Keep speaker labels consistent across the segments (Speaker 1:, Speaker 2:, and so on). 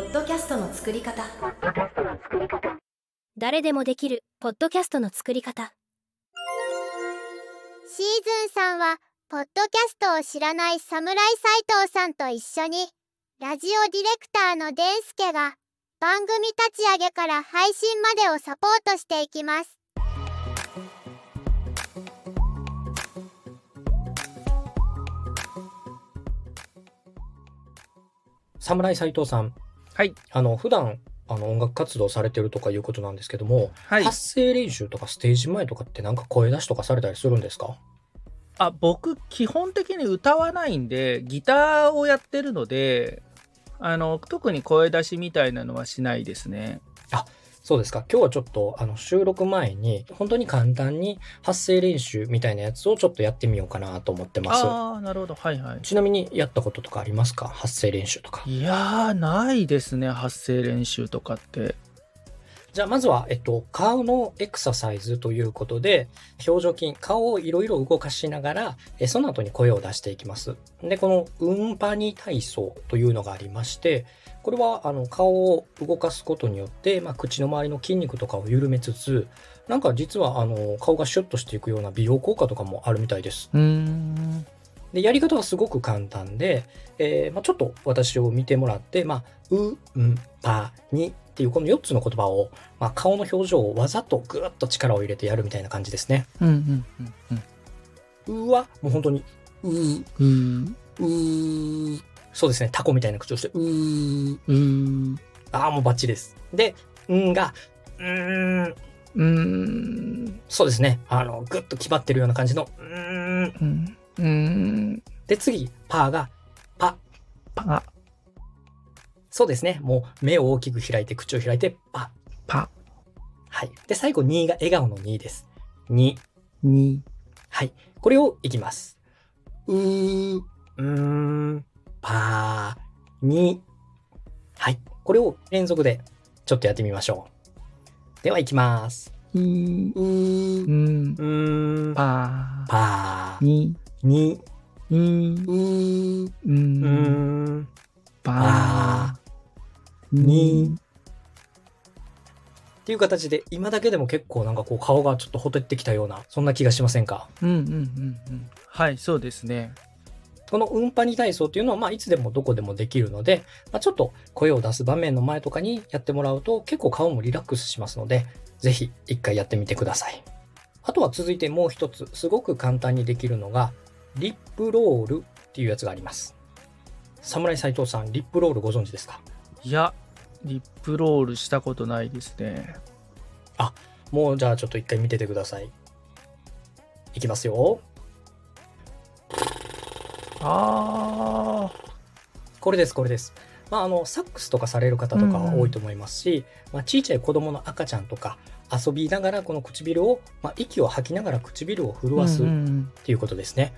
Speaker 1: ッドキャストの作り方
Speaker 2: 誰でもできるポッドキャストの作り方
Speaker 3: シーズン3はポッドキャストを知らない侍斉藤さんと一緒にラジオディレクターのデンスケが番組立ち上げから配信までをサポートしていきます
Speaker 4: 侍斉藤さん、
Speaker 5: はい。
Speaker 4: あの、普段、あの、音楽活動されてるとかいうことなんですけども、
Speaker 5: はい。
Speaker 4: 発声練習とかステージ前とかってなんか声出しとかされたりするんですか
Speaker 5: あ、僕、基本的に歌わないんで、ギターをやってるので、あの、特に声出しみたいなのはしないですね。
Speaker 4: そうですか。今日はちょっと、あの、収録前に、本当に簡単に発声練習みたいなやつをちょっとやってみようかなと思ってま
Speaker 5: ああ、なるほど。はいはい
Speaker 4: す。。ちなみに、やったこととかありますか発声練習とか。
Speaker 5: いやー、ないですね。発声練習とかって。
Speaker 4: じゃあ、まずは、えっと、顔のエクササイズということで、表情筋、顔をいろいろ動かしながら、えその後に声を出していきます。で、この、うんぱに体操というのがありまして、これは、あの、顔を動かすことによって、まあ、口の周りの筋肉とかを緩めつつ、なんか実は、あの、顔がシュッとしていくような美容効果とかもあるみたいです。
Speaker 5: うーん。
Speaker 4: で、やり方はすごく簡単で、えーまあ、ちょっと私を見てもらって、まあ、う、ん、ぱ、にっていうこの4つの言葉を、まあ、顔の表情をわざとぐーっと力を入れてやるみたいな感じですね。
Speaker 5: うんうんうんうん
Speaker 4: うは、もう本当に、うー、。
Speaker 5: うー、
Speaker 4: うー、そうですね、タコみたいな口をして、うー、
Speaker 5: うー、
Speaker 4: ああ、もうバッチリです。で、んが、うーん、
Speaker 5: うーん、
Speaker 4: そうですね、あの、ぐっと決まってるような感じの、うーん。
Speaker 5: うん、うーん、
Speaker 4: で、次、パーが、パ、
Speaker 5: パ、
Speaker 4: そうですね、もう目を大きく開いて、口を開いて、パ、
Speaker 5: パ、
Speaker 4: はい。で、最後、2が笑顔の2です。2。
Speaker 5: に、
Speaker 4: はい。これをいきます。うー、うーん、ぱー、に。はい。これを連続でちょっとやってみましょう。では、いきます。
Speaker 5: い、
Speaker 4: うー
Speaker 5: う、
Speaker 4: う
Speaker 5: ん、
Speaker 4: ーん、
Speaker 5: ぱ、
Speaker 4: ぱー、
Speaker 5: に、
Speaker 4: に。う
Speaker 5: に、
Speaker 4: ーん、
Speaker 5: う、
Speaker 4: うんーん、
Speaker 5: ぱ
Speaker 4: ぱ、ー、に。っていう形で、今だけでも結構なんかこう顔がちょっとほてってきたような、そんな気がしませんか
Speaker 5: うんうんうんうん。はい、そうですね。
Speaker 4: この運搬に体操というのは、まあ、いつでもどこでもできるので、まあ、ちょっと声を出す場面の前とかにやってもらうと結構顔もリラックスしますので、ぜひ一回やってみてください。あとは続いてもう一つ、すごく簡単にできるのが、リップロールっていうやつがあります。侍斎藤さん、リップロールご存知ですか
Speaker 5: いや、リップロールしたことないですね。
Speaker 4: もうじゃあちょっと一回見ててください。いきますよ。
Speaker 5: あ
Speaker 4: これです、これです。まあ、あの、サックスとかされる方とかは多いと思いますし、まあ、ちいちゃい子供の赤ちゃんとか遊びながら、この唇を、まあ、息を吐きながら唇を震
Speaker 5: ー。
Speaker 4: わす
Speaker 5: う
Speaker 4: っ
Speaker 5: ん
Speaker 4: ていうことですね。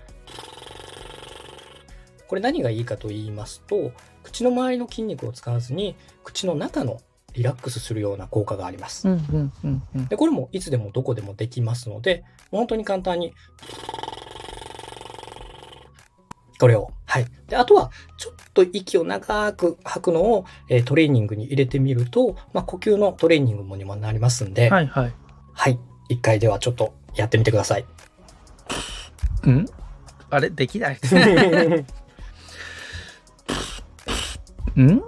Speaker 4: これ何がいいかと言いますと、口の周りの筋肉を使わずに、口の中のリラックスするような効果があります
Speaker 5: う。んうんうんうん。
Speaker 4: で、これもいつでもどこでもできますので、本当に簡単に、これを。はい。で、あとは、ちょっと息を長く吐くのを、えートレーニングに入れてみると、まあ、呼吸のトレーニングにもなりますんで、はい。
Speaker 5: はいはい。
Speaker 4: 一回ではちょっとやってみてくだ さい。
Speaker 5: うんあれできない。 うん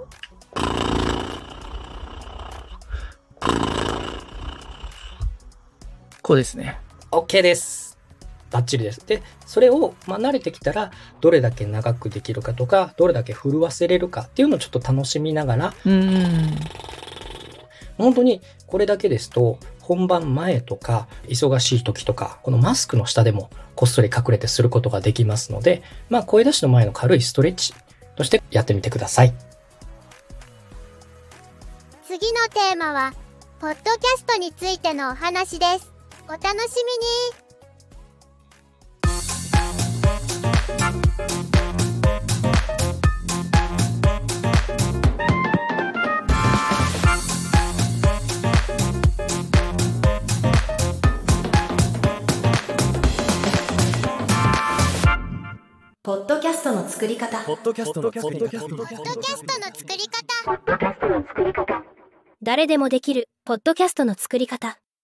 Speaker 5: こうですね。
Speaker 4: OK です。バッチリです。で、それを、まあ、慣れてきたら、どれだけ長くできるかとか、どれだけ震わせれるかっていうのをちょっと楽しみながら、
Speaker 5: うん。
Speaker 4: 本当にこれだけですと本番前とか忙しい時とかこのマスクの下でもこっそり隠れてすることができますのでまあ声出しの前の軽いストレッチとしてやってみてください
Speaker 3: 次のテーマはポッドキャストについてのお話ですお楽しみに
Speaker 2: ポッドキャストの作り方
Speaker 1: ポッドキャストの作り方。ポッド
Speaker 3: ポッドキャストの作り方
Speaker 2: 誰でもできるポッドキャストの作り方